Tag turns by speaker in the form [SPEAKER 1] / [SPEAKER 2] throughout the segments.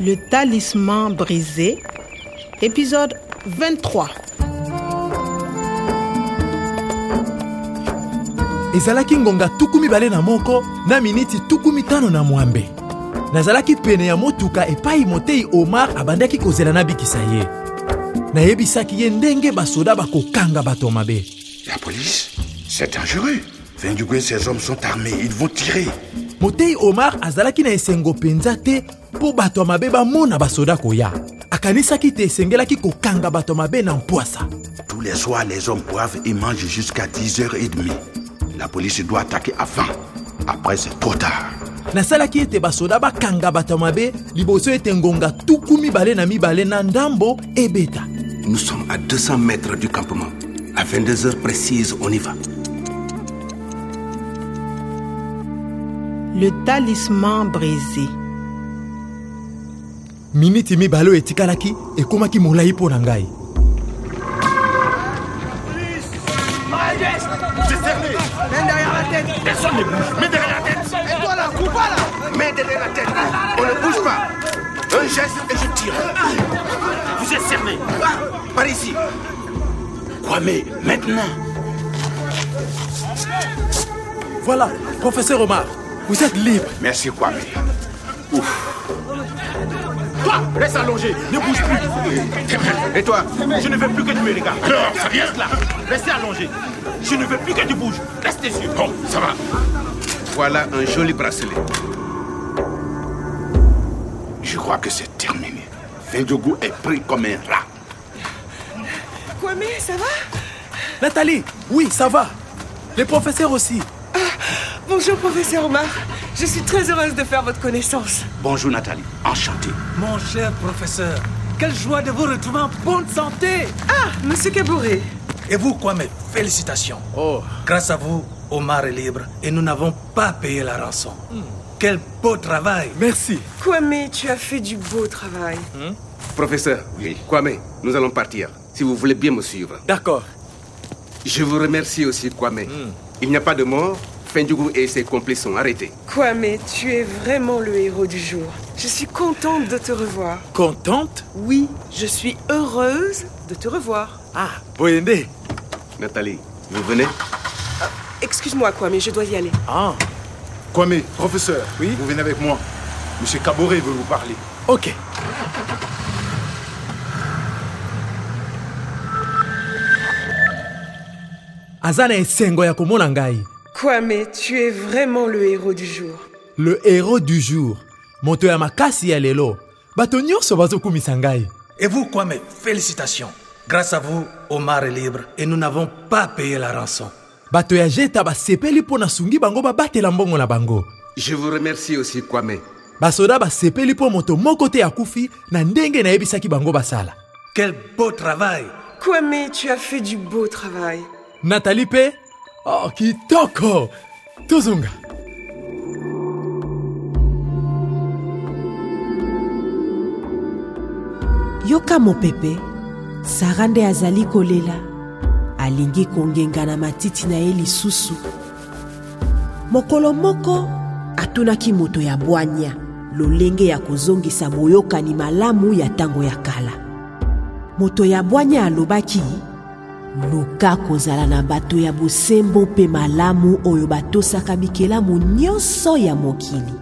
[SPEAKER 1] Le talisman brisé, épisode 23.
[SPEAKER 2] ezalaki ngonga tuku mibale na moko na miniti tuku mitano na mwambe nazalaki pene ya motuka epai motei omar abandaki kozela nabikisa ye nayebisaki ye ndenge basoda bakokanga bato mabe
[SPEAKER 3] La police C'est dangereux. Fendugou et ses hommes sont armés, ils vont tirer.
[SPEAKER 2] motei omar azalaki na esengo mpenza te mpo bato ya mabe bamona basoda koya akanisaki te esengelaki kokanga bato ya mabe na mpwasa
[SPEAKER 3] Tous les soirs, les hommes boivent et mangent jusqu'à 10h30. La police doit attaquer avant. Après, c'est trop tard.
[SPEAKER 2] nasalaki ete basoda bakanga bato ya mabe liboso ete ngonga tuku mibale na mibale na ndambo ebeta
[SPEAKER 4] Nous sommes à 200 mètres du campement. À 22 heures précises, on y va.
[SPEAKER 1] Le talisman brisé.
[SPEAKER 2] miniti mibale oyo etikalaki ekomaki molai mpo na ngai
[SPEAKER 3] Mets derrière la tête. On ne bouge pas. Un geste et je tire. Vous êtes cerné. par ici. Quoi, mais maintenant
[SPEAKER 2] voilà professeur omar vous êtes libre
[SPEAKER 3] Merci Kwame. Ouf. Toi, reste allongé, ne bouge plus. Et toi
[SPEAKER 5] Je ne veux plus que tu me regardes. Reste là. Restez allongé. Je ne veux plus que tu bouges. Reste dessus. Bon, ça va.
[SPEAKER 4] Voilà un joli bracelet.
[SPEAKER 3] Je crois que c'est terminé. Fendjougou est pris comme un rat.
[SPEAKER 6] Kwame, ça va
[SPEAKER 2] nathalie oui ça va le professeur aussi
[SPEAKER 6] Bonjour, professeur Omar. Je suis très heureuse de faire votre connaissance.
[SPEAKER 3] Bonjour Nathalie, enchanté.
[SPEAKER 7] Mon cher professeur, quelle joie de vous retrouver en bonne santé
[SPEAKER 6] Ah, monsieur Kabouré.
[SPEAKER 7] Et vous, quoi, mes félicitations
[SPEAKER 3] Oh.
[SPEAKER 7] Grâce à vous, Omar est libre et nous n'avons pas payé la rançon. Quel beau travail
[SPEAKER 2] merci
[SPEAKER 6] Kwame, tu as fait du beau travail.
[SPEAKER 4] Professeur,
[SPEAKER 3] Oui.
[SPEAKER 4] Kwame, nous allons partir. Si vous voulez bien me suivre.
[SPEAKER 2] d'accord
[SPEAKER 4] Je vous remercie aussi, Kwame. Il n'y a pas de mort. Fendjougou et ses complices sont arrêtés.
[SPEAKER 6] Kwame, tu es vraiment le héros du jour. Je suis contente de te revoir.
[SPEAKER 2] contente
[SPEAKER 6] Oui, je suis heureuse de te revoir.
[SPEAKER 2] ah boyende
[SPEAKER 4] Nathalie, vous venez
[SPEAKER 6] Excuse-moi, Kwame, je dois y aller.
[SPEAKER 2] ah
[SPEAKER 8] Kwame, professeur,
[SPEAKER 2] Oui
[SPEAKER 8] vous venez avec moi. Monsieur Caboret veut vous parler.
[SPEAKER 2] ok aza na esengo ya komona ngai
[SPEAKER 6] Kwame, tu es vraiment le héros du jour.
[SPEAKER 2] le héros du jour moto ya makasi ya lelo bato nyonso bazokumisa ngai
[SPEAKER 7] Et vous, quoi, mes félicitations Grâce à vous, Omar est libre et nous n'avons pas payé la rançon.
[SPEAKER 2] bato ya jeta basepeli mpo nasungi bango babatela mbongo na bango
[SPEAKER 4] Je vous remercie aussi, Kwame.
[SPEAKER 2] basoda basepeli mpo moto moko te akufi na ndenge nayebisaki bango basala
[SPEAKER 7] Quel beau travail
[SPEAKER 6] Kwame, tu as fait du beau travail.
[SPEAKER 2] natali mpe oh, kitoko tozonga
[SPEAKER 9] yoka mopepe sara nde azali kolela alingi kongenga na matiti na ye lisusu mokolo moko atunaki moto ya bwanya lolenge ya kozongisa boyokani malamu ya ntango ya kala moto ya bwanya alobaki luka kozala na bato ya bosembo mpe malamu oyo batosaka bikelamu nyonso ya mokili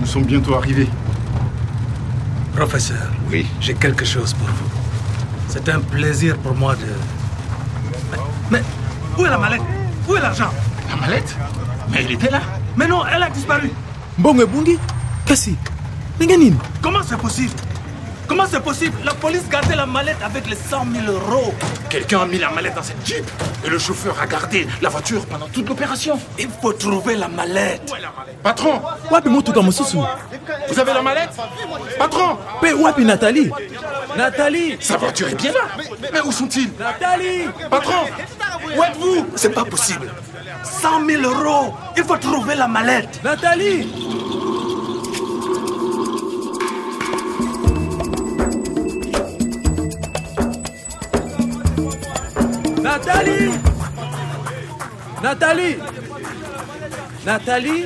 [SPEAKER 8] Nous sommes bientôt arrivés.
[SPEAKER 7] Professeur,
[SPEAKER 3] Oui.
[SPEAKER 7] j'ai quelque chose pour vous. C'est un plaisir pour moi de... Mais, mais où est la mallette Où est l'argent
[SPEAKER 3] La mallette Mais il était là.
[SPEAKER 7] Mais non, elle a disparu.
[SPEAKER 2] mbongo ebungi kasi ndenge nini
[SPEAKER 7] Comment c'est possible Comment c'est possible La police gardait la mallette avec les 100 000 euros.
[SPEAKER 5] Quelqu'un a mis la mallette dans cette Jeep et le chauffeur a gardé la voiture pendant toute l'opération.
[SPEAKER 7] Il faut trouver la mallette.
[SPEAKER 8] Patron,
[SPEAKER 2] wapi motuka mosusu
[SPEAKER 8] vous avez la mallette Patron,
[SPEAKER 2] mpe wapi natali natali
[SPEAKER 5] Sa voiture est bien là.
[SPEAKER 8] mais où sont-ils
[SPEAKER 2] natali
[SPEAKER 8] Patron, où êtes-vous
[SPEAKER 7] C'est pas possible. 100 000 euros. Il faut trouver la mallette.
[SPEAKER 2] natali Nathalie Nathalie Nathalie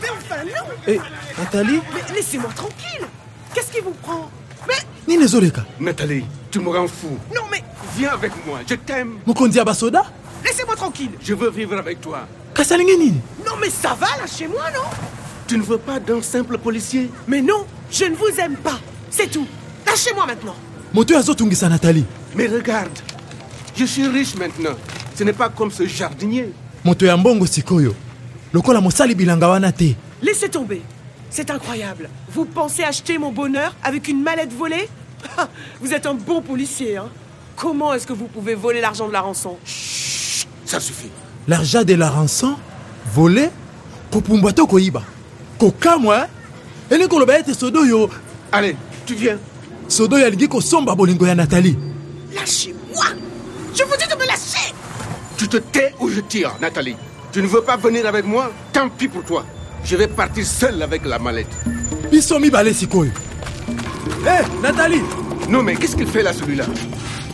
[SPEAKER 6] Mais enfin, non
[SPEAKER 2] Eh, Nathalie
[SPEAKER 6] Mais laissez-moi tranquille Qu'est-ce qui vous prend Mais
[SPEAKER 2] nini ezoleka
[SPEAKER 4] Nathalie, tu me rends fou.
[SPEAKER 6] non, mais
[SPEAKER 4] Viens avec moi, je t'aime.
[SPEAKER 2] mokonzi ya basoda
[SPEAKER 6] laissez-moi tranquille
[SPEAKER 4] Je veux vivre avec toi.
[SPEAKER 2] kasi alingi nini
[SPEAKER 6] Non, mais ça va, lâchez-moi, non
[SPEAKER 4] Tu ne veux pas d'un simple policier
[SPEAKER 6] Mais non, je ne vous aime pas C'est tout Lâchez-moi maintenant
[SPEAKER 2] moto oyo azotungisa nathalie
[SPEAKER 4] Mais regarde, je suis riche maintenant. Ce n'est pas comme ce jardinier.
[SPEAKER 2] moto ya mbongo sikoyo lokola mosali bilanga wana te
[SPEAKER 6] Laissez tomber C'est incroyable Vous pensez acheter mon bonheur avec une mallette volée Ah, Vous êtes un bon policier, hein Comment est-ce que vous pouvez voler l'argent de la rançon
[SPEAKER 4] Ça suffit.
[SPEAKER 2] l'argent de la rançon vole kopumbwa to koyiba kokamwa elingi koloba ete soda oyo
[SPEAKER 4] Allez, tu viens.
[SPEAKER 2] soda oyo alingi kosomba bolingo ya nathalie
[SPEAKER 6] Lâchez-moi Je vous dis de me lâcher
[SPEAKER 4] Tu te tais ou je tire, Nathalie. Tu ne veux pas venir avec moi Tant pis pour toi. Je vais partir seul avec la mallette.
[SPEAKER 2] biso mibale sikoyo Eh, nathalie
[SPEAKER 4] Non mais qu'est-ce qu'il fait là celui-là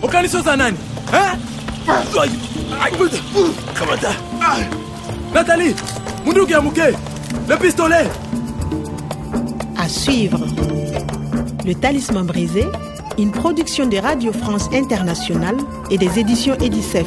[SPEAKER 2] okanisi oza nani Hein? Aïe, aïe, putain. Kamata. Ah. nathalie munduki ya moke le pistolet
[SPEAKER 1] À suivre. Le Talisman brisé, une production de Radio France Internationale et des éditions Edicef.